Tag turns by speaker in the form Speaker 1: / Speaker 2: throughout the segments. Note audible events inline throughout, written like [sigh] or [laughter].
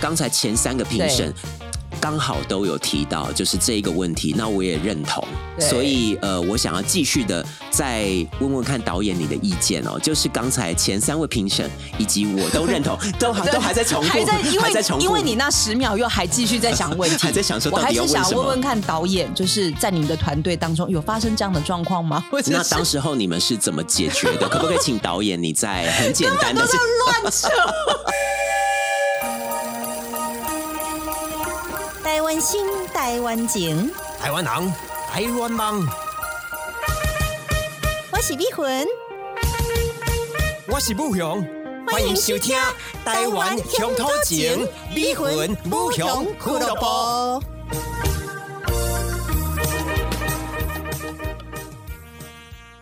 Speaker 1: 刚才前三个评审刚好都有提到，就是这一个问题，那我也认同，
Speaker 2: 对
Speaker 1: 所以呃，我想要继续的再问问看导演你的意见哦，就是刚才前三位评审以及我都认同，都还啊都还在重复，
Speaker 2: 还在因为
Speaker 1: 重复，
Speaker 2: 因为你 [laughs] 那十秒又还继续在想问题，
Speaker 1: 还在想说
Speaker 2: 我
Speaker 1: 到
Speaker 2: 还
Speaker 1: 底要
Speaker 2: 是
Speaker 1: 问什么
Speaker 2: 想问问看导演，就是在你们的团队当中有发生这样的状况吗？或者
Speaker 1: 那
Speaker 2: 是
Speaker 1: 当时候你们是怎么解决的？可不可以请导演你在很简单的
Speaker 2: [laughs] 都在乱扯？
Speaker 3: [laughs] 台湾心，台湾情，
Speaker 4: 台湾人，台湾梦，
Speaker 3: 我是美魂。
Speaker 4: 我是武雄，欢迎收听《台湾乡土情》，美魂武雄俱乐部。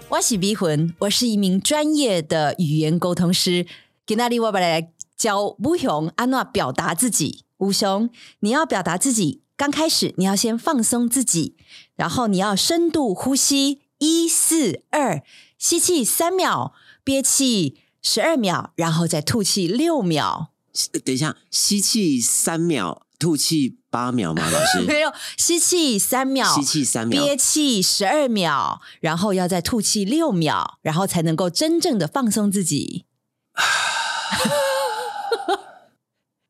Speaker 2: 我是迷魂，我是一名专业的语言沟通师。今天我要来教吴雄安娜表达自己。吴雄，你要表达自己，刚开始你要先放松自己，然后你要深度呼吸，一四二，吸气三秒，憋气十二秒，然后再吐气六秒。
Speaker 1: 是，等一下，吸气三秒，吐气八秒吗？老师，
Speaker 2: [laughs] 没有，吸气三秒，
Speaker 1: 吸气三秒，
Speaker 2: 憋气十二秒，然后要再吐气六秒，然后才能够真正的放松自己。 [sighs]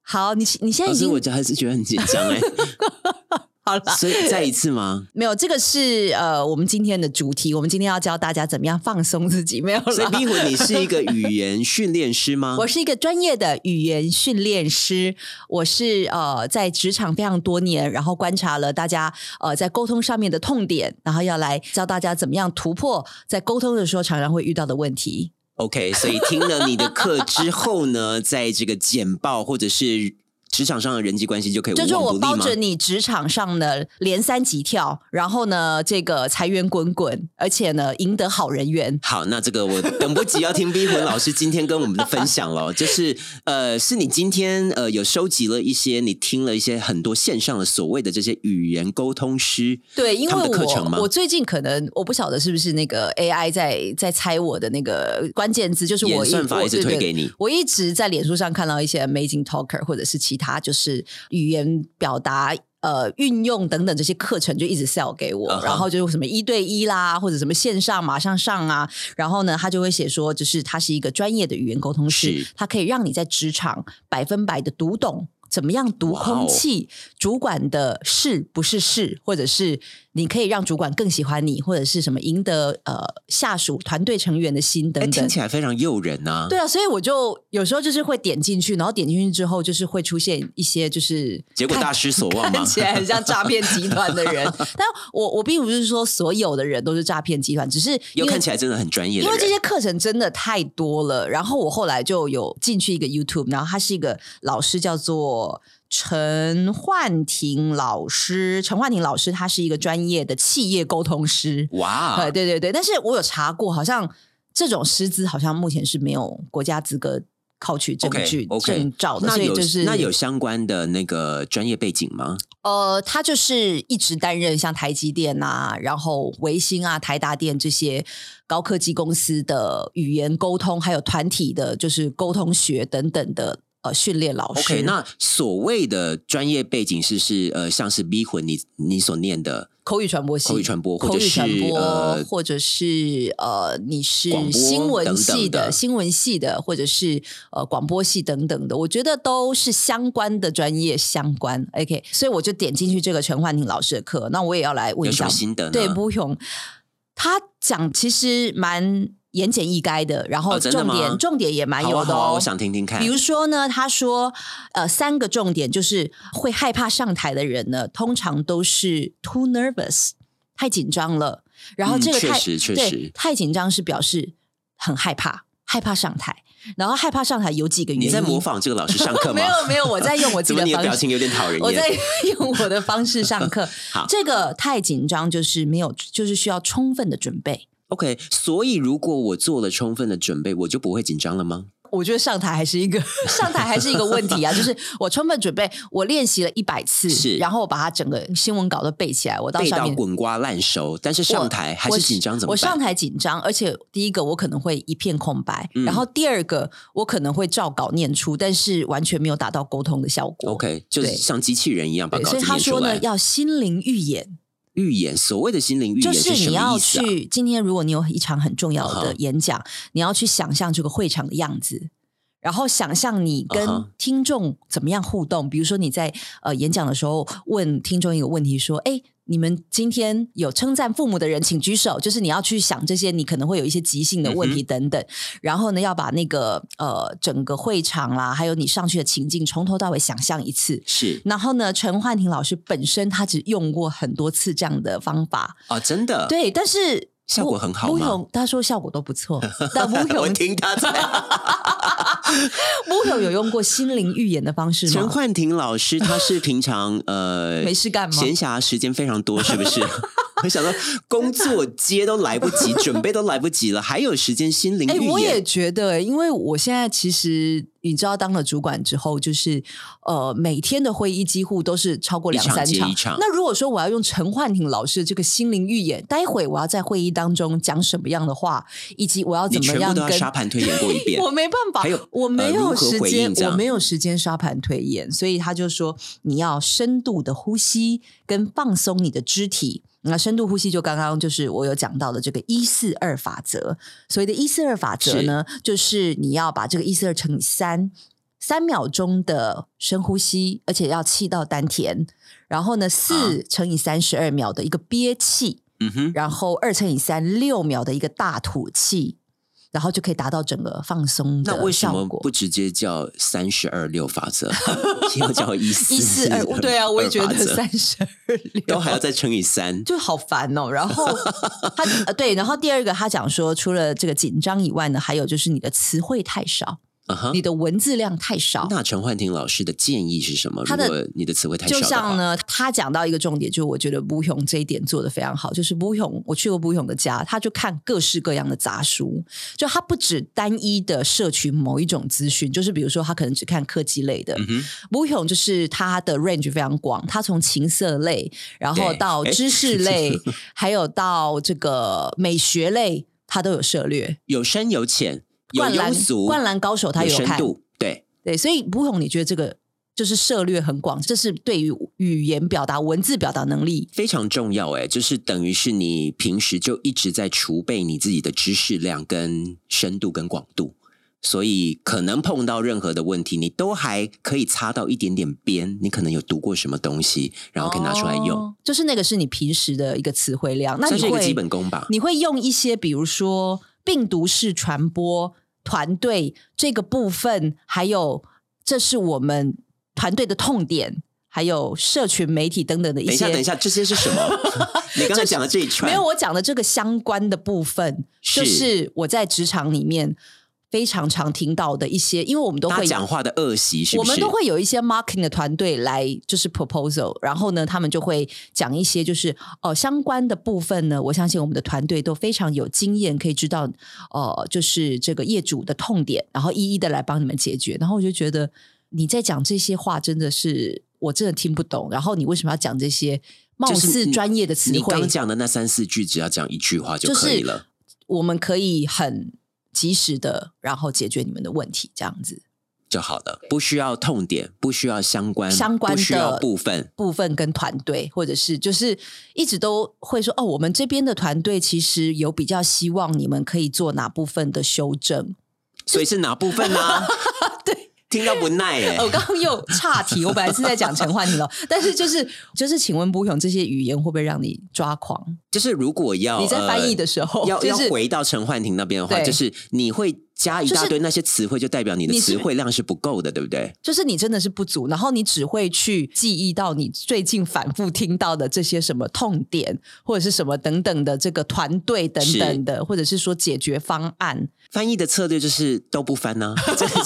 Speaker 2: 好，你你现在
Speaker 1: 老
Speaker 2: 已
Speaker 1: 师，
Speaker 2: 经
Speaker 1: 我就还是觉得很紧张
Speaker 2: [laughs]
Speaker 1: 哎。
Speaker 2: 好了，
Speaker 1: 所以再一次吗？
Speaker 2: 没有？这个是呃，我们今天的主题，我们今天要教大家怎么样放松自己，没有
Speaker 1: 所以
Speaker 2: [laughs] 啦。
Speaker 1: 迷魂，你是一个语言训练师吗？
Speaker 2: 我是一个专业的语言训练师，我是呃在职场非常多年，然后观察了大家呃在沟通上面的痛点，然后要来教大家怎么样突破在沟通的时候常常会遇到的问题。
Speaker 1: OK，所以听了你的课之后呢，在这个简报或者是职场上的人际关系就可以无
Speaker 2: 就是
Speaker 1: 往
Speaker 2: 我
Speaker 1: 不
Speaker 2: 包
Speaker 1: 利
Speaker 2: 准
Speaker 1: 吗？
Speaker 2: 你职场上呢连三级跳，然后呢这个财源滚滚，而且呢赢得好人缘。
Speaker 1: 好，那这个我等不及要听逼魂老师今天跟我们的分享了，就是呃，是你今天呃有收集了一些，你听了一些很多线上的所谓的这些语言沟通师，
Speaker 2: 对，因为
Speaker 1: 他们的课程吗
Speaker 2: 我我最近可能我不晓得是不是那个 AI 在在猜我的那个关键字，就是我
Speaker 1: 演
Speaker 2: 一
Speaker 1: 算法
Speaker 2: 我
Speaker 1: 一直
Speaker 2: 对
Speaker 1: 推
Speaker 2: 对
Speaker 1: 给你。
Speaker 2: 我一直在脸书上看到一些 amazing talker 或者是其他就是语言表达。呃，运用等等这些课程就一直 sell 给我
Speaker 1: 嗯哼
Speaker 2: 然后就是什么一对一啦，或者什么线上马上上啊，然后呢，他就会写说，就是他是一个专业的语言沟通师
Speaker 1: 是，
Speaker 2: 他可以让你在职场百分百的读懂怎么样
Speaker 1: 哦
Speaker 2: 读空气，主管的是不是事，或者是你可以让主管更喜欢你，或者是什么赢得呃下属团队成员的心等
Speaker 1: 哎，
Speaker 2: 等
Speaker 1: 听。起来非常诱人呐、
Speaker 2: 对啊，所以我就有时候就是会点进去，然后点进去之后，就是会出现一些就是
Speaker 1: 结
Speaker 2: [laughs]
Speaker 1: 果大失所望
Speaker 2: 看
Speaker 1: 嘛。
Speaker 2: 起来很像诈骗集团的
Speaker 1: [laughs]
Speaker 2: 人。但我我并不是说所有的人都是诈骗集团，只是因
Speaker 1: 又
Speaker 2: 为
Speaker 1: 看起来真的很专业的
Speaker 2: 因
Speaker 1: 人，
Speaker 2: 为这些课程真的太多了。然后我后来就有进去一个 YouTube，然后他是一个老师叫做。陈焕婷老师，陈焕婷老师，他是一个专业的企业沟通师。
Speaker 1: 哇
Speaker 2: 呃，， [laughs] 对对对，但是我有查过，好像这种师资好像目前是没有国家资格考取证据
Speaker 1: OK，OK
Speaker 2: 证照的，
Speaker 1: 那
Speaker 2: 所以
Speaker 1: 有
Speaker 2: 就是
Speaker 1: 那有相关的那个专业背景吗？
Speaker 2: 呃，他就是一直担任像台积电啊，然后维新啊、台达电这些高科技公司的语言沟通，还有团体的就是沟通学等等的呃训练老师。
Speaker 1: OK，那所谓的专业背景是是呃，像是逼魂你你所念的
Speaker 2: 口语传播系，
Speaker 1: 口语传播或
Speaker 2: 口
Speaker 1: 者
Speaker 2: 语
Speaker 1: 是
Speaker 2: 传播，
Speaker 1: 呃
Speaker 2: 或者是呃，你是
Speaker 1: 广播
Speaker 2: 新闻系
Speaker 1: 等等的
Speaker 2: 新闻系的，或者是呃广播系等等的，我觉得都是相关的专业相关。OK，所以我就点进去这个陈焕宁老师的课，那我也要来问
Speaker 1: 有
Speaker 2: 一
Speaker 1: 什
Speaker 2: 下
Speaker 1: 么，心得呢？
Speaker 2: 对不用，他讲其实蛮言简意赅的，然后
Speaker 1: 哦真的
Speaker 2: 重
Speaker 1: 吗
Speaker 2: 点、重点也蛮
Speaker 1: 好
Speaker 2: 有
Speaker 1: 啊
Speaker 2: 的
Speaker 1: 好啊
Speaker 2: 哦。
Speaker 1: 我想听听看
Speaker 2: 比。如说呢，他说，呃，三个重点就是会害怕上台的人呢，通常都是 too nervous，太紧张了。然后
Speaker 1: 嗯
Speaker 2: 这个
Speaker 1: 确
Speaker 2: 太、
Speaker 1: 实确
Speaker 2: 对
Speaker 1: 实
Speaker 2: 太紧张是表示很害怕，害怕上台。然后害怕上台有几个原因？
Speaker 1: 你在模仿这个老师上课吗？
Speaker 2: [laughs] 没有没有，我在用我自
Speaker 1: 怎
Speaker 2: 己
Speaker 1: 么 [laughs] 你
Speaker 2: 的
Speaker 1: 的
Speaker 2: 方
Speaker 1: 表
Speaker 2: 式
Speaker 1: 情有点讨人
Speaker 2: 我在
Speaker 1: 厌？
Speaker 2: 用我的方式上课
Speaker 1: [laughs] 好。
Speaker 2: 这个太紧张，就是没有，就是需要充分的准备。
Speaker 1: OK，所以如果我做了充分的准备，我就不会紧张了吗？
Speaker 2: 我觉得上台还是一个上台还是一个问题啊，就是我充分准备，我练习了一百次，
Speaker 1: 是
Speaker 2: 然后我把它整个新闻稿都背起来，我到
Speaker 1: 背
Speaker 2: 上
Speaker 1: 到
Speaker 2: 面
Speaker 1: 滚瓜烂熟，但是上台还
Speaker 2: 我
Speaker 1: 是紧张，怎么
Speaker 2: 我上
Speaker 1: 办？
Speaker 2: 台紧张，而且第一个我可能会一片空白，
Speaker 1: 嗯
Speaker 2: 然后第二个我可能会照稿念出，但是完全没有达到沟通的效果。
Speaker 1: OK，就是
Speaker 2: 对
Speaker 1: 像机器人一样把
Speaker 2: 对，
Speaker 1: 稿
Speaker 2: 所
Speaker 1: 子
Speaker 2: 以他
Speaker 1: 念出
Speaker 2: 说呢，
Speaker 1: 来。
Speaker 2: 要心灵预演，
Speaker 1: 预演，所谓的心灵预
Speaker 2: 就
Speaker 1: 演
Speaker 2: 是
Speaker 1: 什
Speaker 2: 你
Speaker 1: 么
Speaker 2: 要
Speaker 1: 意思、啊？
Speaker 2: 去今天，如果你有一场很重要
Speaker 1: 啊哈
Speaker 2: 的演讲你要去想象这个会场的样子。然后想象你
Speaker 1: 啊
Speaker 2: 跟
Speaker 1: 哈
Speaker 2: 听众怎么样互动比如说你在呃演讲的时候问听众一个问题，说：“哎，你们今天有称赞父母的人，请举手。”就是你要去想这些，你可能会有一些即兴
Speaker 1: 嗯
Speaker 2: 的问题等等。然后呢，要把那个呃整个会场啦，还有你上去的情境，从头到尾想象一次。
Speaker 1: 是
Speaker 2: 然后呢，陈焕廷老师本身他只用过很多次这样的方法，
Speaker 1: 啊、真的，
Speaker 2: 对，但是
Speaker 1: 效果
Speaker 2: 吴
Speaker 1: 很好
Speaker 2: 吴
Speaker 1: 吗
Speaker 2: 勇他说效果都
Speaker 1: [laughs]
Speaker 2: 不错，但吴
Speaker 1: 我
Speaker 2: 勇
Speaker 1: 听他在。
Speaker 2: [laughs] 吴勇有用过心灵预言的方式
Speaker 1: 陈
Speaker 2: 吗？
Speaker 1: 焕婷老师，他是平常呃
Speaker 2: [laughs] 没事干吗
Speaker 1: 闲暇时间非常多，是不是？ [laughs] 我想说，工作接都来不及，准备都来不及了，还有时间心灵
Speaker 2: 哎、
Speaker 1: 预
Speaker 2: 我也
Speaker 1: 演？
Speaker 2: 觉得，因为我现在其实你知道，当了主管之后，就是呃，每天的会议几乎都是超过
Speaker 1: 一
Speaker 2: 两
Speaker 1: 场
Speaker 2: 三
Speaker 1: 接
Speaker 2: 场。
Speaker 1: 一场
Speaker 2: 那如果说我要用陈焕廷老师的这个心灵预演，待会我要在会议当中讲什么样的话，以及我要
Speaker 1: 你
Speaker 2: 怎么
Speaker 1: 全部
Speaker 2: 样
Speaker 1: 都要
Speaker 2: 跟
Speaker 1: 沙盘推演过一遍
Speaker 2: [laughs] 我。没办法，
Speaker 1: 还有
Speaker 2: 我没
Speaker 1: 呃如
Speaker 2: 有
Speaker 1: 何
Speaker 2: 时
Speaker 1: 回
Speaker 2: 间
Speaker 1: 应这，样
Speaker 2: 我没有时间沙盘推演，所以他就说你要深度的呼吸跟放松你的肢体。那深度呼吸就刚刚就是我有讲到的这个一四二法则。所谓的一四二法则呢，就是你要把这个一四二乘以三，三秒钟的深呼吸，而且要气到丹田。然后呢，
Speaker 1: 啊
Speaker 2: 四乘以三十二秒的一个憋气，
Speaker 1: 嗯哼，
Speaker 2: 然后二乘以三六秒的一个大吐气，然后就可以达到整个放松
Speaker 1: 那为
Speaker 2: 的
Speaker 1: 什
Speaker 2: 效
Speaker 1: 么
Speaker 2: 果
Speaker 1: 不。直接叫三十二六法
Speaker 2: [laughs]
Speaker 1: 则，要叫一四
Speaker 2: 一四二，对啊，我也觉
Speaker 1: 法
Speaker 2: 得
Speaker 1: 则
Speaker 2: 三十二
Speaker 1: 然
Speaker 2: 六
Speaker 1: 后还要再乘以三。
Speaker 2: 就好烦哦。然后他呃对，然后第二个他讲说，除了这个紧张以外呢，还有就是你的词汇太少，
Speaker 1: 嗯哼
Speaker 2: 你，的文字量太少。
Speaker 1: 那陈焕婷老师的建议是什么？
Speaker 2: 他的
Speaker 1: 如果你的词汇太少
Speaker 2: 就
Speaker 1: 的话，
Speaker 2: 像呢，他讲到一个重点，就是我觉得布勇这一点做的非常好。就是布勇，我去过布勇的家，他就看各式各样的杂书，就他不只单一的摄取某一种资讯，就是比如说他可能只看科技类的。
Speaker 1: 嗯哼，
Speaker 2: 布勇就是他的 range 非常广，他从情色类，然后
Speaker 1: 对
Speaker 2: 到
Speaker 1: 诶
Speaker 2: 知识类，还有到这个美学类，他都有涉猎。
Speaker 1: 有深有浅，有
Speaker 2: 灌
Speaker 1: 庸
Speaker 2: 篮
Speaker 1: 俗，
Speaker 2: 灌篮高手他
Speaker 1: 有
Speaker 2: 有
Speaker 1: 深
Speaker 2: 看，
Speaker 1: 度，对。
Speaker 2: 对，所以不勇，你觉得这个就是涉略很广，这是对于语言表达、文字表达能力
Speaker 1: 非常重要哎、就是等于是你平时就一直在储备你自己的知识量、跟深度、跟广度，所以可能碰到任何的问题，你都还可以擦到一点点边。你可能有读过什么东西，然后可以拿出来用，
Speaker 2: 哦就是那个是你平时的一个词汇量。那
Speaker 1: 算
Speaker 2: 你
Speaker 1: 是一个
Speaker 2: 会
Speaker 1: 基本功吧。
Speaker 2: 你会用一些，比如说病毒式传播、团队这个部分，还有这是我们团队的痛点，还有社群媒体等等的一
Speaker 1: 等一
Speaker 2: 些。
Speaker 1: 下，等一下，这些是什
Speaker 2: [laughs]
Speaker 1: 么？你刚才讲的这一串，
Speaker 2: 没有我讲的这个相关的部分，
Speaker 1: 是
Speaker 2: 就是我在职场里面非常常听到的一些，因为我们都
Speaker 1: 他
Speaker 2: 会
Speaker 1: 讲话的恶习是
Speaker 2: 我
Speaker 1: 不是？
Speaker 2: 们都会有一些 marketing 的团队来就是 proposal，然后呢，他们就会讲一些就是呃相关的部分呢。我相信我们的团队都非常有经验，可以知道呃就是这个业主的痛点，然后一一的来帮你们解决。然后我就觉得你在讲这些话真的是我真的听不懂，然后你为什么要讲这些貌
Speaker 1: 就是
Speaker 2: 似
Speaker 1: 你
Speaker 2: 专业的词
Speaker 1: 你
Speaker 2: 汇？
Speaker 1: 刚讲的那三四句，只要讲一句话就
Speaker 2: 就
Speaker 1: 可以
Speaker 2: 是
Speaker 1: 了。
Speaker 2: 我们可以很及时的，然后解决你们的问题，这样子。
Speaker 1: 就好了，不需要痛点，不需要相关
Speaker 2: 相关
Speaker 1: 不需要
Speaker 2: 的
Speaker 1: 部分，
Speaker 2: 部分跟团队，或者是就是一直都会说哦，我们这边的团队其实有比较希望你们可以做哪部分的修正。
Speaker 1: 所以是哪部分呢、
Speaker 2: [laughs] 对，
Speaker 1: 听到不耐哎、
Speaker 2: 呃我刚刚又岔题，我本来是在讲陈焕你了，但是就是就是，请问不勇这些语言会不会让你抓狂？
Speaker 1: 就是如果要
Speaker 2: 你在翻译的时候，
Speaker 1: 哦呃要、
Speaker 2: [laughs] 就是
Speaker 1: 要回到陈焕婷那边的话，
Speaker 2: 对
Speaker 1: 就是你会加一大堆那些词汇，就代表你的
Speaker 2: 你是
Speaker 1: 词汇量是不够的，对不对？
Speaker 2: 就是你真的是不足，然后你只会去记忆到你最近反复听到的这些什么痛点，或者是什么等等的这个团队等等的，或者是说解决方案。
Speaker 1: 翻译的策略就是都不翻
Speaker 2: [laughs]
Speaker 1: 呢、这这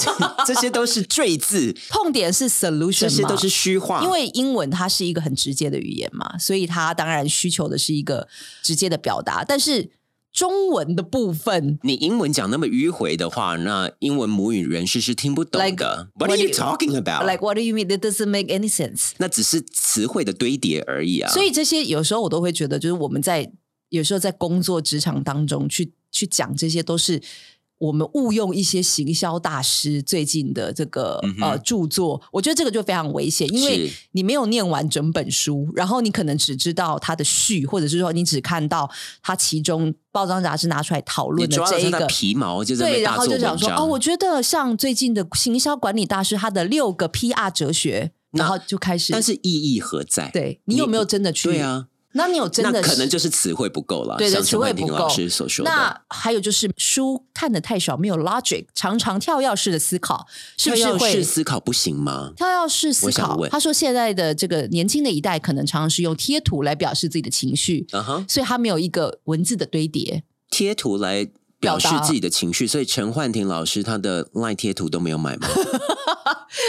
Speaker 1: 这些都是赘字，
Speaker 2: 痛点是 solution，
Speaker 1: 这些
Speaker 2: 嘛
Speaker 1: 都是虚话，
Speaker 2: 因为英文它是一个很直接的语言嘛，所以它当然需求的是一个直接的表达。但是中文的部分。
Speaker 1: 你英文讲那么迂回的话，那英文母语人士是听不懂
Speaker 2: Like,
Speaker 1: 的。What
Speaker 2: what
Speaker 1: are you
Speaker 2: do you-
Speaker 1: talking about？
Speaker 2: Like what do you mean? That doesn't make any sense.
Speaker 1: 那只是词汇的堆叠而已啊。
Speaker 2: 所以这些有时候我都会觉得，就是我们在有时候在工作职场当中去去讲这些，都是我们误用一些行销大师最近的这个、
Speaker 1: 嗯哼
Speaker 2: 呃著作。我觉得这个就非常危险，因为
Speaker 1: 是
Speaker 2: 你没有念完整本书，然后你可能只知道它的序，或者是说你只看到它其中包装杂志拿出来讨
Speaker 1: 你
Speaker 2: 论的
Speaker 1: 抓
Speaker 2: 这
Speaker 1: 了
Speaker 2: 一
Speaker 1: 他的
Speaker 2: 个。
Speaker 1: 皮毛，就在那
Speaker 2: 对，
Speaker 1: 边
Speaker 2: 然
Speaker 1: 大
Speaker 2: 后
Speaker 1: 做
Speaker 2: 就
Speaker 1: 文章。
Speaker 2: 讲说哦，我觉得像最近的行销管理大师他的六个 PR 哲学，
Speaker 1: 那
Speaker 2: 然后就开始，
Speaker 1: 但是意义何在？
Speaker 2: 对你有没有真的去？
Speaker 1: 对，啊，
Speaker 2: 那你有真的
Speaker 1: 那可能
Speaker 2: 是
Speaker 1: 就是词汇不够了。
Speaker 2: 对对
Speaker 1: 像陈
Speaker 2: 词汇
Speaker 1: 婉婷
Speaker 2: 不
Speaker 1: 老
Speaker 2: 够
Speaker 1: 师所说的，
Speaker 2: 那还有就是书看的太少，没有 logic，常常跳跃式的思考，是不是
Speaker 1: 跳跃式
Speaker 2: 会？
Speaker 1: 思考不行吗？
Speaker 2: 跳跃式思
Speaker 1: 我想
Speaker 2: 考
Speaker 1: 问，
Speaker 2: 他说现在的这个年轻的一代可能常常是用贴图来表示自己的情绪，
Speaker 1: 啊哈，
Speaker 2: 所以他没有一个文字的堆叠。
Speaker 1: 贴图来表
Speaker 2: 表
Speaker 1: 示
Speaker 2: 达
Speaker 1: 自己的情绪，所以陈焕婷老师她的 LINE 贴图都没有买吗？
Speaker 2: 哦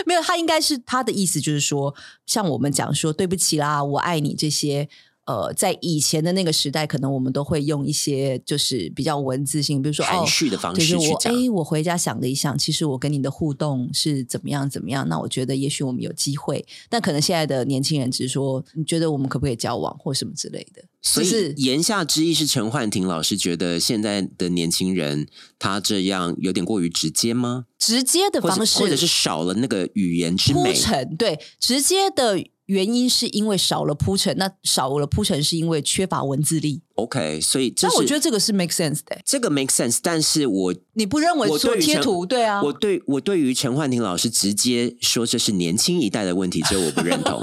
Speaker 2: 没有，他应该是他的意思就是说，像我们讲说对不起啦，我爱你这些。呃，在以前的那个时代，可能我们都会用一些就是比较文字性，比如说
Speaker 1: 含
Speaker 2: 哦，
Speaker 1: 蓄的方
Speaker 2: 就
Speaker 1: 式
Speaker 2: 是
Speaker 1: 去
Speaker 2: 我
Speaker 1: 讲。
Speaker 2: 诶我回家想了一想，其实我跟你的互动是怎么样怎么样。那我觉得也许我们有机会，但可能现在的年轻人只是说，你觉得我们可不可以交往或什么之类的？
Speaker 1: 所
Speaker 2: 就
Speaker 1: 以
Speaker 2: 是
Speaker 1: 言下之意是，陈焕婷老师觉得现在的年轻人他这样有点过于直接吗？
Speaker 2: 直接的
Speaker 1: 或者
Speaker 2: 方
Speaker 1: 或者是
Speaker 2: 式
Speaker 1: 少了那个语言之
Speaker 2: 铺
Speaker 1: 美？
Speaker 2: 陈，对，直接的原因是因为少了铺陈，那少了铺陈是因为缺乏文字力。
Speaker 1: OK，所以这
Speaker 2: 但
Speaker 1: 是
Speaker 2: 我觉得这个是 make sense 的、
Speaker 1: 这个 make sense，但是我
Speaker 2: 你不认为
Speaker 1: 我
Speaker 2: 说
Speaker 1: 对于
Speaker 2: 贴
Speaker 1: 陈
Speaker 2: 图对啊？
Speaker 1: 我对我对于陈焕婷老师直接说这是年轻一代的问题，这我不认
Speaker 2: [laughs]
Speaker 1: 同。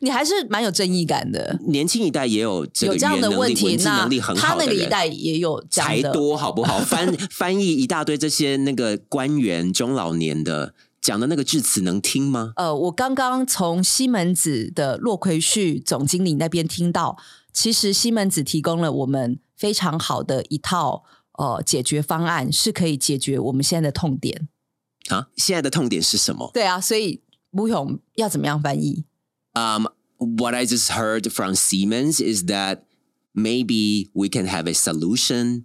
Speaker 2: 你还是蛮有正义感的，
Speaker 1: 年轻一代也有这
Speaker 2: 有
Speaker 1: 个语
Speaker 2: 这样
Speaker 1: 言
Speaker 2: 的
Speaker 1: 能
Speaker 2: 问
Speaker 1: 力、
Speaker 2: 题
Speaker 1: 文，字
Speaker 2: 那
Speaker 1: 能力很
Speaker 2: 他
Speaker 1: 好
Speaker 2: 那个一
Speaker 1: 人。
Speaker 2: 代也有这样
Speaker 1: 才
Speaker 2: 的。
Speaker 1: 多好不好？翻 [laughs] 翻译一大堆这些那个官员中老年的讲的那个致辞能听吗？
Speaker 2: 呃，我刚刚从西门子的骆奎旭总经理那边听到，其实西门子提供了我们非常好的一套呃解决方案，是可以解决我们现在的痛点。
Speaker 1: 啊，现在的痛点是什么
Speaker 2: 对啊，所以吴勇要怎么样翻译？
Speaker 1: Um, ？What I just heard from Siemens is that maybe we can have a solution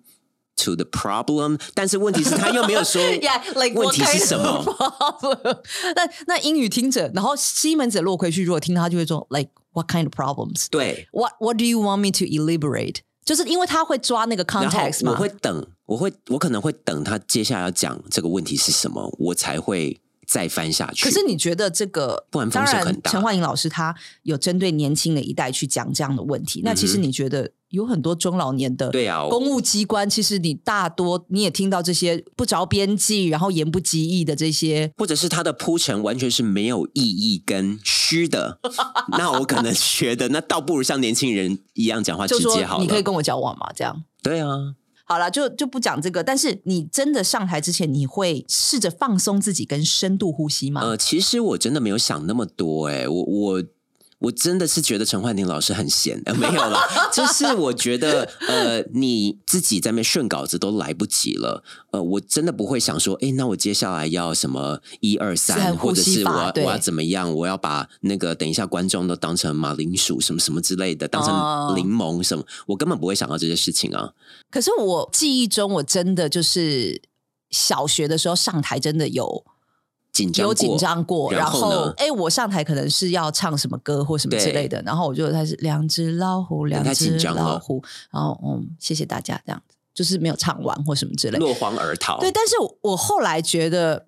Speaker 1: to the problem，但是问题是他又没有
Speaker 2: [laughs]
Speaker 1: 说
Speaker 2: Yeah，like
Speaker 1: 问题是什么
Speaker 2: [laughs] 那那英语听者，然后西门子的骆奎旭如果听到，他就会说 like what kind of problems？
Speaker 1: 对。
Speaker 2: What What do you want me to elaborate？就是因为他会抓那个
Speaker 1: 然后
Speaker 2: context
Speaker 1: 我
Speaker 2: 嘛，
Speaker 1: 会等，我会我可能会等他接下来要讲这个问题是什么，我才会再翻下去。
Speaker 2: 可是你觉得这个，
Speaker 1: 不然风
Speaker 2: 当
Speaker 1: 险
Speaker 2: 然
Speaker 1: 很大
Speaker 2: 陈焕颖老师他有针对年轻的一代去讲这样的问题。那其实你觉得有很多中老年的
Speaker 1: 嗯对啊我
Speaker 2: 公务机关，其实你大多你也听到这些不着边际，然后言不及义的这些。
Speaker 1: 或者是它的铺陈完全是没有意义跟虚
Speaker 2: [laughs]
Speaker 1: 的，那我可能觉得那倒不如像年轻人一样讲话啊直
Speaker 2: 就说
Speaker 1: 接好
Speaker 2: 你可以
Speaker 1: 了。
Speaker 2: 跟我交往嘛？这样
Speaker 1: 对啊，
Speaker 2: 好了，就就不讲这个。但是你真的上台之前，你会试着放松自己跟深度呼吸吗？
Speaker 1: 呃，其实我真的没有想那么多、欸，我我。我真的是觉得陈焕婷老师很闲，呃， [laughs] 没有啦，就是我觉得，呃，你自己在那边顺稿子都来不及了，呃，我真的不会想说，诶，哎那我接下来要什么一二
Speaker 2: 是
Speaker 1: 三，
Speaker 2: 很
Speaker 1: 或
Speaker 2: 呼
Speaker 1: 者
Speaker 2: 吸
Speaker 1: 是我
Speaker 2: 法
Speaker 1: 要我
Speaker 2: 对
Speaker 1: 要怎么样，我要把那个等一下观众都当成马铃薯什么什么之类的，当
Speaker 2: 哦
Speaker 1: 成柠檬什么，我根本不会想到这些事情啊。
Speaker 2: 可是我记忆中，我真的就是小学的时候上台，真的有
Speaker 1: 紧张
Speaker 2: 有
Speaker 1: 过
Speaker 2: 紧张过。
Speaker 1: 然
Speaker 2: 然
Speaker 1: 后呢
Speaker 2: 后，哎，我上台可能是要唱什么歌或什么之类的，然后我就开始两只老虎，两
Speaker 1: 太
Speaker 2: 只
Speaker 1: 紧张了
Speaker 2: 老虎，然后嗯，谢谢大家，这样子就是没有唱完或什么之类的。
Speaker 1: 落荒而逃。
Speaker 2: 对，但是我后来觉得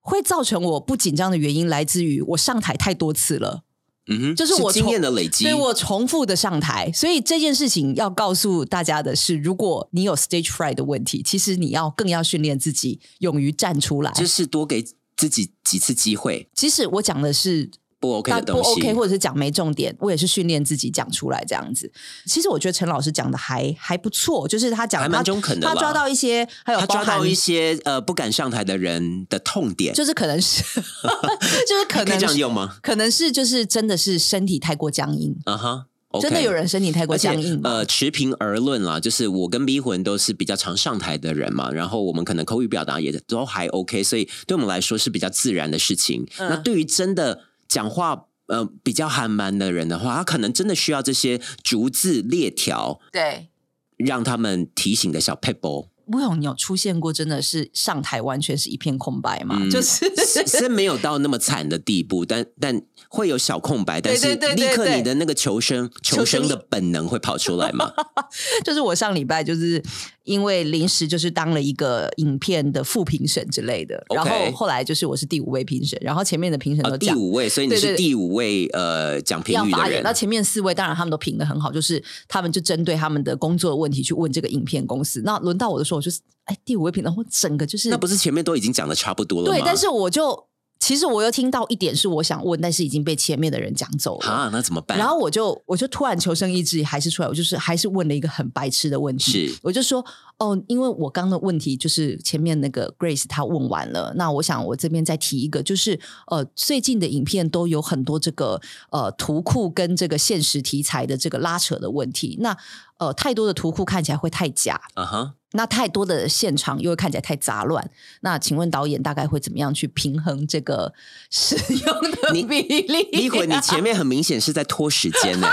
Speaker 2: 会造成我不紧张的原因，来自于我上台太多次了。
Speaker 1: 嗯哼，
Speaker 2: 就是我
Speaker 1: 经
Speaker 2: 从
Speaker 1: 验的累积，
Speaker 2: 所以我重复的上台，所以这件事情要告诉大家的是，如果你有 stage fright 的问题，其实你要更要训练自己，勇于站出来。
Speaker 1: 就是多给自己几次机会，
Speaker 2: 即使我讲的是
Speaker 1: 不 OK 的
Speaker 2: 但不
Speaker 1: 东西。
Speaker 2: OK，或者是讲没重点，我也是训练自己讲出来这样子。其实我觉得陈老师讲的还还不错，就是他讲
Speaker 1: 还蛮中肯的啦
Speaker 2: 他抓到一些，还有
Speaker 1: 他抓
Speaker 2: 包含
Speaker 1: 到一些呃不敢上台的人的痛点，
Speaker 2: 就是可
Speaker 1: [laughs]
Speaker 2: 能是，就是可
Speaker 1: 可以
Speaker 2: 能
Speaker 1: 这样用吗？
Speaker 2: 可能是就是真的是身体太过僵硬
Speaker 1: 啊哈，OK，
Speaker 2: 真的有人身体太过
Speaker 1: 而且
Speaker 2: 僵硬吗？
Speaker 1: 呃，持平而论啦，就是我跟逼魂都是比较常上台的人嘛，然后我们可能口语表达也都还 OK，所以对我们来说是比较自然的事情。
Speaker 2: 嗯
Speaker 1: 那对于真的讲话呃比较含蛮的人的话，他可能真的需要这些逐字列条
Speaker 2: 对，
Speaker 1: 让他们提醒的小 pebble
Speaker 2: 吴勇，你有出现过真的是上台完全是一片空白吗？
Speaker 1: 嗯
Speaker 2: [laughs] 就是
Speaker 1: 是是没有到那么惨的地步，但但会有小空白，但是
Speaker 2: 对对对
Speaker 1: 立
Speaker 2: 对
Speaker 1: 刻
Speaker 2: 对
Speaker 1: 你的那个求生求
Speaker 2: 求生
Speaker 1: 生的本能会跑出来
Speaker 2: [laughs]
Speaker 1: 嘛？哦
Speaker 2: 就是我上礼拜就是因为临时就是当了一个影片的副评审之类的，然
Speaker 1: OK
Speaker 2: 后后来就是我是第五位评审，然后前面的评审
Speaker 1: 啊，
Speaker 2: 都
Speaker 1: 第
Speaker 2: 讲。
Speaker 1: 五位，所以你
Speaker 2: 对
Speaker 1: 是
Speaker 2: 对
Speaker 1: 第五位呃讲评
Speaker 2: 要
Speaker 1: 语
Speaker 2: 发
Speaker 1: 的
Speaker 2: 言，
Speaker 1: 人
Speaker 2: 那。前面四位当然他们都评的很好，就是他们就针对他们的工作问题去问这个影片公司。那轮到我的时候，我就是哎第五位评审，我整个就是
Speaker 1: 那不是前面都已经讲的差不多了吗？
Speaker 2: 对，但是我就其实我又听到一点是我想问，但是已经被前面的人讲走了。
Speaker 1: 啊，那怎么办？
Speaker 2: 然后我就我就突然求生意志还是出来，我就是还是问了一个很白痴的问题，
Speaker 1: 是
Speaker 2: 我就说哦，因为我刚刚的问题就是前面那个 Grace 她问完了，那我想我这边再提一个，就是呃最近的影片都有很多这个呃图库跟这个现实题材的这个拉扯的问题，那呃太多的图库看起来会太假，
Speaker 1: 啊哈，
Speaker 2: 那太多的现场又会看起来太杂乱，那请问导演大概会怎么样去平衡这个 [laughs] 使用的
Speaker 1: 你
Speaker 2: 比例？
Speaker 1: 一会你前面很明显是在拖时间
Speaker 2: [laughs]
Speaker 1: 呢、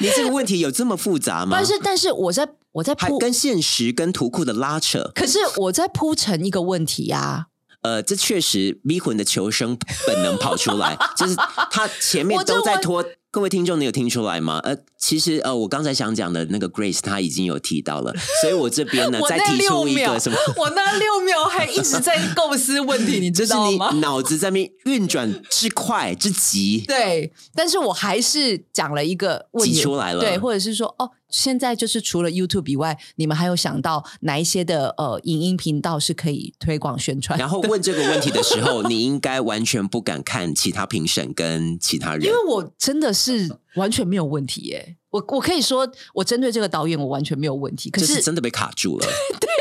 Speaker 1: 你这个问题有这么复杂吗
Speaker 2: 但？是，但是我在我在
Speaker 1: 还
Speaker 2: 铺，
Speaker 1: 跟现实跟图库的拉扯，
Speaker 2: 可是我在铺陈一个问题啊呀、
Speaker 1: 呃，这确实逼魂的求生本能跑出来，就是他前面
Speaker 2: 我就
Speaker 1: 都在拖。各位听众，你有听出来吗？呃，其实呃，我刚才想讲的那个 Grace 她已经有提到了，所以我这边呢
Speaker 2: 我
Speaker 1: 再
Speaker 2: 那
Speaker 1: 提
Speaker 2: 六
Speaker 1: 出一
Speaker 2: 秒
Speaker 1: 个什么，
Speaker 2: [laughs] 我那六秒还一直在构思问题，你
Speaker 1: 就
Speaker 2: 知
Speaker 1: 是
Speaker 2: 道
Speaker 1: 你
Speaker 2: 吗？
Speaker 1: 脑子在那边运转之快之急，
Speaker 2: 对，但是我还是讲了一个问
Speaker 1: 挤
Speaker 2: 题
Speaker 1: 出来了
Speaker 2: 对，或者是说哦，现在就是除了 YouTube 以外，你们还有想到哪一些的呃影音频道是可以推广宣传？
Speaker 1: 然后问这个问题的时候，你应该完全不敢看其他评审跟其他
Speaker 2: 因
Speaker 1: 人。
Speaker 2: 为我真的是完全没有问题耶、我我可以说，我针对这个导演，我完全没有问题。可
Speaker 1: 就是是真的被卡住了，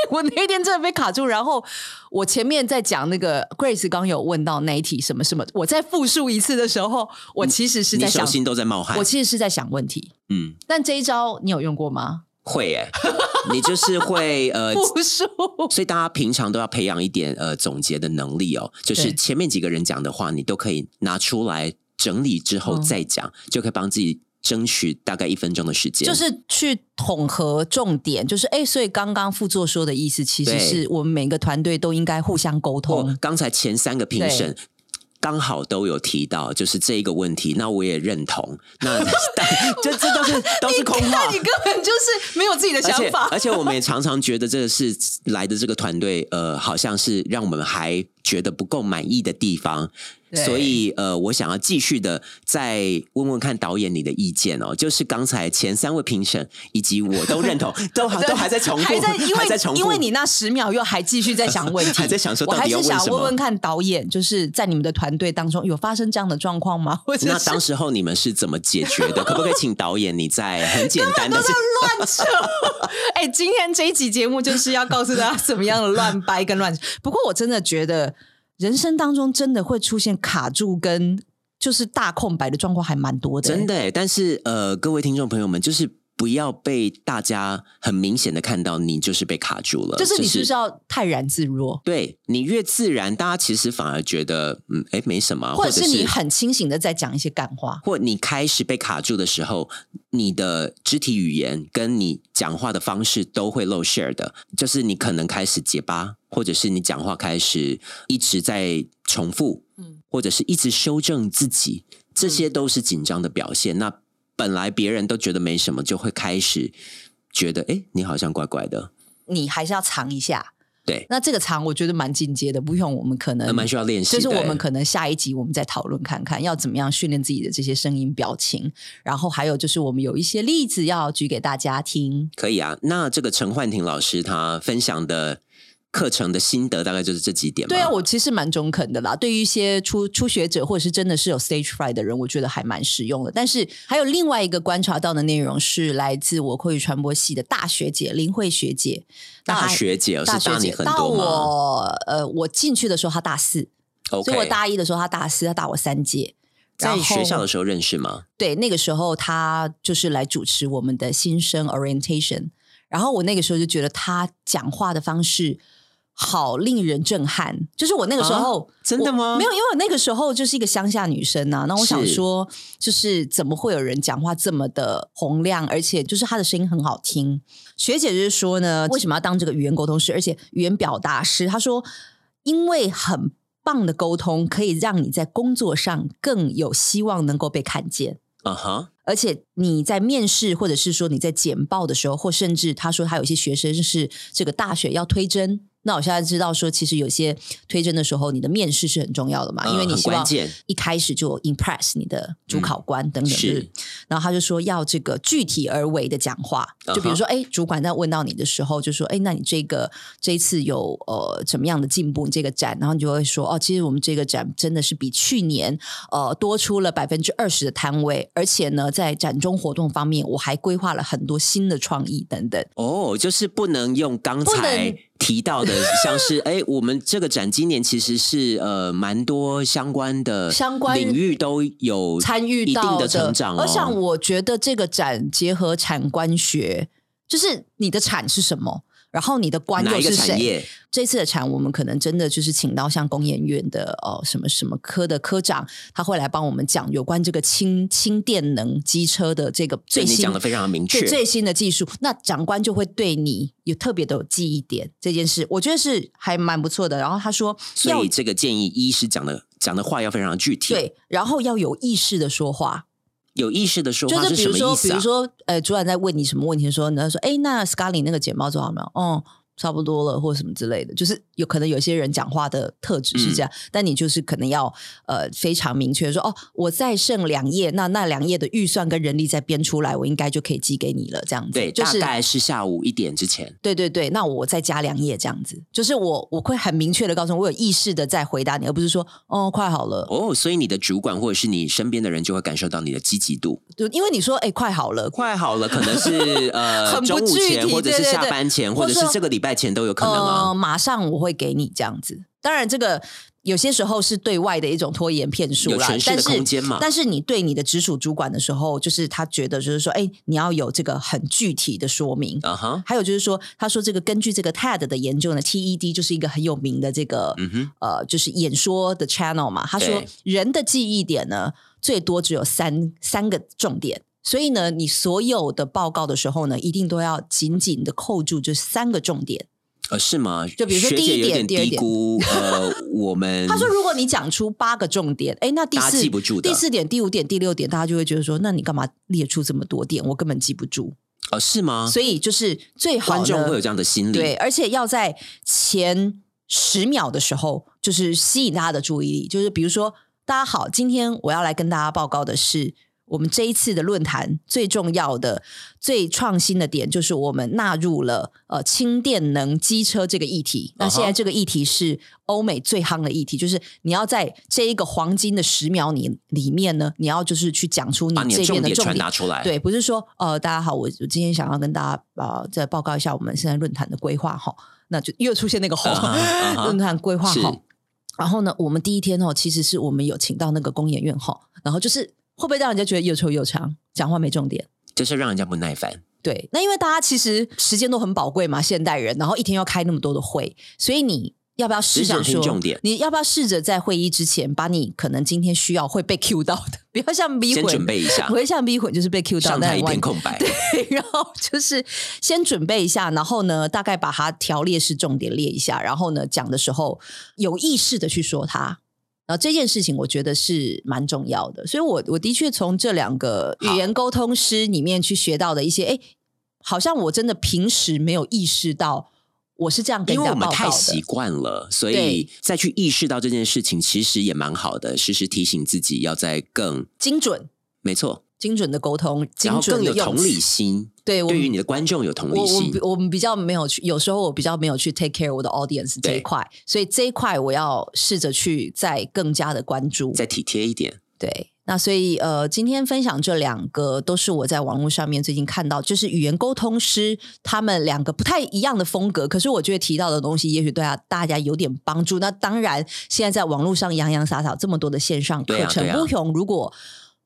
Speaker 2: 我那一天真的被卡住，然后我前面在讲那个 Grace 刚有问到那一题什么什么，我再复述一次的时候，我其实是
Speaker 1: 嗯你
Speaker 2: 在
Speaker 1: 手
Speaker 2: 想，
Speaker 1: 心都在冒汗
Speaker 2: 我。其实是在想问题。
Speaker 1: 嗯，
Speaker 2: 但这一招你有用过吗？
Speaker 1: 会哎、你就是会
Speaker 2: [laughs]
Speaker 1: 呃，
Speaker 2: 复述，
Speaker 1: 所以大家平常都要培养一点呃总结的能力哦，就是
Speaker 2: 对
Speaker 1: 前面几个人讲的话，你都可以拿出来整理之后
Speaker 2: 嗯
Speaker 1: 再讲，就可以帮自己争取大概一分钟的时间。哦
Speaker 2: 就是去统合重点，就是哎，所以刚刚副座说的意思，其实
Speaker 1: 对
Speaker 2: 是我们每个团队都应该互相沟
Speaker 1: 哦
Speaker 2: [laughs] 通，，
Speaker 1: 刚才前三个评审刚好都有提到，就是这一个问题，那我也认同。那 [laughs] 但这这都是都是空话
Speaker 2: 你。根本就是没有自己的
Speaker 1: 而
Speaker 2: 想
Speaker 1: 且
Speaker 2: 法，
Speaker 1: 而且我们也常常觉得这个是来的这个团队，呃，好像是让我们还觉得不够满意的地方，
Speaker 2: 对
Speaker 1: 所以呃，我想要继续的再问问看导演你的意见哦，就是刚才前三位评审以及我都认
Speaker 2: [laughs]
Speaker 1: 同，都还呃都还在重复，
Speaker 2: 还在因为
Speaker 1: 还在重复，
Speaker 2: 因为你那十秒又还继续在想问题，
Speaker 1: [laughs] 还在想说
Speaker 2: 我
Speaker 1: 到
Speaker 2: 还
Speaker 1: 底要
Speaker 2: 是
Speaker 1: 问什么
Speaker 2: 想问问看导演，就是在你们的团队当中有发生这样的状况吗？或者
Speaker 1: 那
Speaker 2: 是
Speaker 1: 当时候你们是怎么解决
Speaker 2: [laughs]
Speaker 1: 的？可不可以请导演你在很简单的
Speaker 2: 乱扯？ [laughs] 哎、今天这一集节目就是要告诉大家怎么样的乱掰跟乱扯。不过我真的觉得人生当中真的会出现卡住跟就是大空白的状况还蛮多的、
Speaker 1: 真的欸，但是呃，各位听众朋友们，就是不要被大家很明显的看到你就是被卡住了，
Speaker 2: 就是你是不是要泰然自若？
Speaker 1: 对你越自然，大家其实反而觉得嗯，哎，没什么啊，
Speaker 2: 或
Speaker 1: 或
Speaker 2: 者是
Speaker 1: 是
Speaker 2: 你很清醒的在讲一些干话，
Speaker 1: 或你开始被卡住的时候，你的肢体语言跟你讲话的方式都会露馅儿的，就是你可能开始结巴，或者是你讲话开始一直在重复，
Speaker 2: 嗯
Speaker 1: 或者是一直修正自己，这些都是紧张的表现。那本来别人都觉得没什么，就会开始觉得，哎，你好像怪怪的，
Speaker 2: 你还是要藏一下。
Speaker 1: 对，
Speaker 2: 那这个场我觉得蛮进阶的，不用我们可
Speaker 1: 那
Speaker 2: 能
Speaker 1: 蛮需要练习
Speaker 2: 就
Speaker 1: 的。
Speaker 2: 是我
Speaker 1: 诶
Speaker 2: 们可能下一集我们再讨论看看，要怎么样训练自己的这些声音、表情，然后还有就是我们有一些例子要举给大家听。
Speaker 1: 可以啊。那这个陈焕婷老师她分享的课程的心得，大概就是这几点吧。
Speaker 2: 对啊，我其实蛮中肯的啦。对于一些初初学者或者是真的是有 stage fright 的人，我觉得还蛮实用的。但是还有另外一个观察到的内容是来自我口语传播系的大学姐林慧学姐，那
Speaker 1: 大
Speaker 2: 她
Speaker 1: 学姐哦
Speaker 2: 大
Speaker 1: 是
Speaker 2: 学
Speaker 1: 大你
Speaker 2: 姐
Speaker 1: 很
Speaker 2: 到
Speaker 1: 多吗
Speaker 2: 我呃我进去的时候她大四，
Speaker 1: ？OK，
Speaker 2: 所以我大一的时候她大四，她大我三届。
Speaker 1: 在学校
Speaker 2: 的
Speaker 1: 的时候认识吗？
Speaker 2: 对，那个时候他就是来主持我们的新生 orientation，然后我那个时候就觉得他讲话的方式好令人震撼。就是我那个时候，
Speaker 1: 啊真的吗
Speaker 2: 我没有，因为我那个时候就是一个乡下女生呐、那我想
Speaker 1: 是
Speaker 2: 说，就是怎么会有人讲话这么的洪亮，而且就是她的声音很好听。学姐就是说呢，为什么要当这个语言沟通师，而且语言表达师？她说，因为很棒的沟通可以让你在工作上更有希望能够被看见。
Speaker 1: 啊哈，
Speaker 2: 而且你在面试，或者是说你在简报的时候，或甚至他说他有一些学生是这个大学要推甄，那我现在知道说，其实有些推甄的时候，你的面试是很重要的嘛，
Speaker 1: 嗯
Speaker 2: 啊因为你
Speaker 1: 很
Speaker 2: 希望
Speaker 1: 关键嗯
Speaker 2: 一开始就 impress 你的主考官等等。
Speaker 1: 是
Speaker 2: 嗯就是然后他就说要这个具体而为的讲话，
Speaker 1: 嗯哼
Speaker 2: 就比如说，哎，主管在问到你的时候，就说，哎，那你这个这一次有呃怎么样的进步？你这个展，然后你就会说，哦，其实我们这个展真的是比去年呃多出了百分之二十的摊位，而且呢，在展中活动方面，我还规划了很多新的创意等等。
Speaker 1: 哦，就是不能用刚
Speaker 2: 不
Speaker 1: 才
Speaker 2: 能
Speaker 1: 提到的，像是哎，我们这个展今年其实是呃蛮多相关的
Speaker 2: 相关
Speaker 1: 领域都有
Speaker 2: 参与
Speaker 1: 一
Speaker 2: 到
Speaker 1: 定的成长哦。
Speaker 2: 而像我觉得这个展结合产官学，就是你的产是什么，然后你的官
Speaker 1: 哪
Speaker 2: 又
Speaker 1: 一个
Speaker 2: 是
Speaker 1: 产
Speaker 2: 谁。
Speaker 1: 业？
Speaker 2: 这次的产，我们可能真的就是请到像工研院的哦什么什么科的科长，他会来帮我们讲有关这个氢氢电能机车的这个
Speaker 1: 所
Speaker 2: 最
Speaker 1: 以你
Speaker 2: 新
Speaker 1: 讲的非常明
Speaker 2: 对
Speaker 1: 确，
Speaker 2: 最新的技术，那长官就会对你有特别的有记忆点这件事，我觉得是还蛮不错的。然后他说要
Speaker 1: 所以这个建议一是讲的讲的话要非常具体，，
Speaker 2: 对，然后要有意识的说话，
Speaker 1: 有意识的说
Speaker 2: 就
Speaker 1: 话
Speaker 2: 是比
Speaker 1: 什
Speaker 2: 如
Speaker 1: 么
Speaker 2: 说，
Speaker 1: 意
Speaker 2: 比
Speaker 1: 思
Speaker 2: 如
Speaker 1: 啊？
Speaker 2: 说，呃，主管在问你什么问题的时候，你要说，哎，那 Scarly 那个简报做好没有？哦、差不多了，或什么之类的，就是有可能有些人讲话的特质是
Speaker 1: 嗯
Speaker 2: 这样，但你就是可能要呃非常明确地说，哦，我再剩两页，那那两页的预算跟人力再编出来，我应该就可以寄给你了，这样子，
Speaker 1: 对，
Speaker 2: 就是
Speaker 1: 大概是下午一点之前。
Speaker 2: 对对对，那我再加两页这样子，就是我我会很明确的告诉你，我有意识的在回答你，而不是说哦快好了，
Speaker 1: 哦，所以你的主管或者是你身边的人就会感受到你的积极度。
Speaker 2: 就因为你说哎快好了，
Speaker 1: 快好了，可能是呃
Speaker 2: [laughs] 很不
Speaker 1: 中午
Speaker 2: 具
Speaker 1: 前，
Speaker 2: 体
Speaker 1: 或者是
Speaker 2: 对对
Speaker 1: 下
Speaker 2: 对
Speaker 1: 班前，
Speaker 2: 或
Speaker 1: 或者是
Speaker 2: 是
Speaker 1: 这个礼拜前都有可能啊
Speaker 2: 呃，。马上我会给你这样子。当然，这个有些时候是对外的一种拖延骗术
Speaker 1: 有
Speaker 2: 啦
Speaker 1: 诠，释
Speaker 2: 但
Speaker 1: 的
Speaker 2: 是
Speaker 1: 空间嘛
Speaker 2: 但是你对你的直属主管的时候，就是他觉得就是说，哎，你要有这个很具体的说明。
Speaker 1: 啊哈，
Speaker 2: 还有就是说，他说这个根据这个 TED 的研究呢，TED 就是一个很有名的这个、
Speaker 1: 嗯哼，
Speaker 2: 呃，就是演说的 channel 嘛。他说
Speaker 1: 对
Speaker 2: 人的记忆点呢，最多只有三三个重点，所以呢，你所有的报告的时候呢，一定都要紧紧的扣住这三个重点。
Speaker 1: 呃，是吗？
Speaker 2: 就比如说
Speaker 1: 学
Speaker 2: 第一
Speaker 1: 姐有点
Speaker 2: 点第二
Speaker 1: 低
Speaker 2: 点
Speaker 1: 估呃我们。
Speaker 2: 他说，如果你讲出八个重点，哎，那第
Speaker 1: 大家
Speaker 2: 四
Speaker 1: 记不住的
Speaker 2: 第四点、第五点、第六点，大家就会觉得说，那你干嘛列出这么多点？我根本记不住。
Speaker 1: 呃是吗？
Speaker 2: 所以就是最好
Speaker 1: 观众
Speaker 2: 呢
Speaker 1: 会有这样的心理，
Speaker 2: 对，而且要在前十秒的时候，就是吸引大家的注意力。就是比如说，大家好，今天我要来跟大家报告的是，我们这一次的论坛最重要的、最创新的点，就是我们纳入了呃氢电能机车这个议题。那现
Speaker 1: 啊哈
Speaker 2: 在这个议题是欧美最夯的议题，就是你要在这一个黄金的十秒里里面呢，你要就是去讲出
Speaker 1: 把你的
Speaker 2: 这
Speaker 1: 重
Speaker 2: 边的
Speaker 1: 点
Speaker 2: 重
Speaker 1: 传
Speaker 2: 点。
Speaker 1: 达出来。
Speaker 2: 对，不是说呃，大家好，我我今天想要跟大家呃，再报告一下我们现在论坛的规划哈。那就又出现那个吼
Speaker 1: 啊哈
Speaker 2: [laughs]
Speaker 1: 啊哈
Speaker 2: 论坛规划
Speaker 1: 是
Speaker 2: 吼。然后呢，我们第一天哦，其实是我们有请到那个工研院吼，然后就是会不会让人家觉得又臭又长，讲话没重点？
Speaker 1: 就是让人家不耐烦。
Speaker 2: 对，那因为大家其实时间都很宝贵嘛，现代人，然后一天要开那么多的会，所以你要不要试
Speaker 1: 只想
Speaker 2: 着
Speaker 1: 听
Speaker 2: 说
Speaker 1: 重点
Speaker 2: 你要不要试着在会议之前，把你可能今天需要会被 Q 到的， [laughs] 不要像逼
Speaker 1: 先
Speaker 2: 混，
Speaker 1: 准备一下
Speaker 2: 不，会像逼混就是被 Q 到，
Speaker 1: 上
Speaker 2: 但
Speaker 1: 台一
Speaker 2: 完
Speaker 1: 片空
Speaker 2: [laughs]
Speaker 1: 白。
Speaker 2: 对，然后就是先准备一下，然后呢，大概把它条列式重点列一下，然后呢，讲的时候有意识的去说它。然后这件事情，我觉得是蛮重要的，所以我我的确从这两个语
Speaker 1: 好
Speaker 2: 言沟通师里面去学到的一些，哎，好像我真的平时没有意识到我是这样跟
Speaker 1: 因
Speaker 2: 人
Speaker 1: 为
Speaker 2: 家
Speaker 1: 我们
Speaker 2: 报告
Speaker 1: 太习
Speaker 2: 的。
Speaker 1: 惯了，所以再去意识到这件事情，其实也蛮好的。时时提醒自己要再更
Speaker 2: 精准、
Speaker 1: 没错，
Speaker 2: 精准的沟通，
Speaker 1: 然
Speaker 2: 精
Speaker 1: 后
Speaker 2: 准
Speaker 1: 更
Speaker 2: 的
Speaker 1: 有
Speaker 2: 用
Speaker 1: 同
Speaker 2: 词
Speaker 1: 理，心，
Speaker 2: 对我
Speaker 1: 对
Speaker 2: 们
Speaker 1: 于你的观众有同理
Speaker 2: 我我
Speaker 1: 心
Speaker 2: 比。我们比较没有去，有时候我比较没有去 take care 我的 audience 这
Speaker 1: 对
Speaker 2: 一块，所以这一块我要试着去再更加的关注。
Speaker 1: 再体贴一点，
Speaker 2: 对，那所以呃，今天分享这两个都是我在网络上面最近看到，就是语言沟通师他们两个不太一样的风格，可是我觉得提到的东西也许对啊大家有点帮助。那当然，现在在网络上洋洋洒洒这么多的线上
Speaker 1: 对
Speaker 2: 课
Speaker 1: 啊
Speaker 2: 程，
Speaker 1: 对啊
Speaker 2: 不用如果。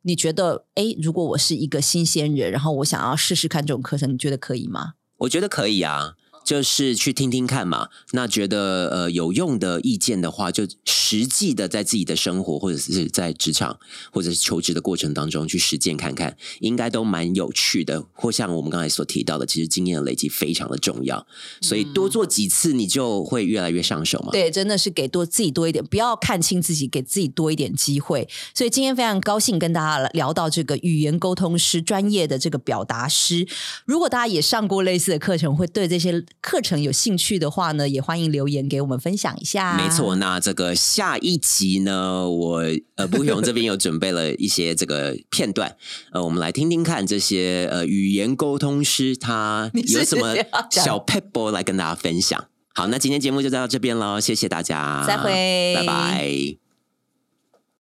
Speaker 2: 你觉得，哎，如果我是一个新鲜人，然后我想要试试看这种课程，你觉得可以吗？
Speaker 1: 我觉得可以啊。就是去听听看嘛。那觉得呃有用的意见的话，就实际的在自己的生活或者是在职场或者是求职的过程当中去实践看看，应该都蛮有趣的。或像我们刚才所提到的，其实经验的累积非常的重要，所以多做几次你就会越来越上手嘛。
Speaker 2: 对，真的是给多自己多一点，不要看清自己，给自己多一点机会。所以今天非常高兴跟大家聊到这个语言沟通师，专业的这个表达师。如果大家也上过类似的课程，会对这些课程有兴趣的话呢，也欢迎留言给我们分享一下。
Speaker 1: 没错，，那这个下一集呢，我呃不勇这边有准备了一些这个片段，呃，我们来听听看这些呃语言沟通师他
Speaker 2: 你是
Speaker 1: 有什么
Speaker 2: 这样讲
Speaker 1: 小 p e b l e 来跟大家分享。好，那今天节目就到这边喽，谢谢大家，
Speaker 2: 再会
Speaker 1: 拜拜。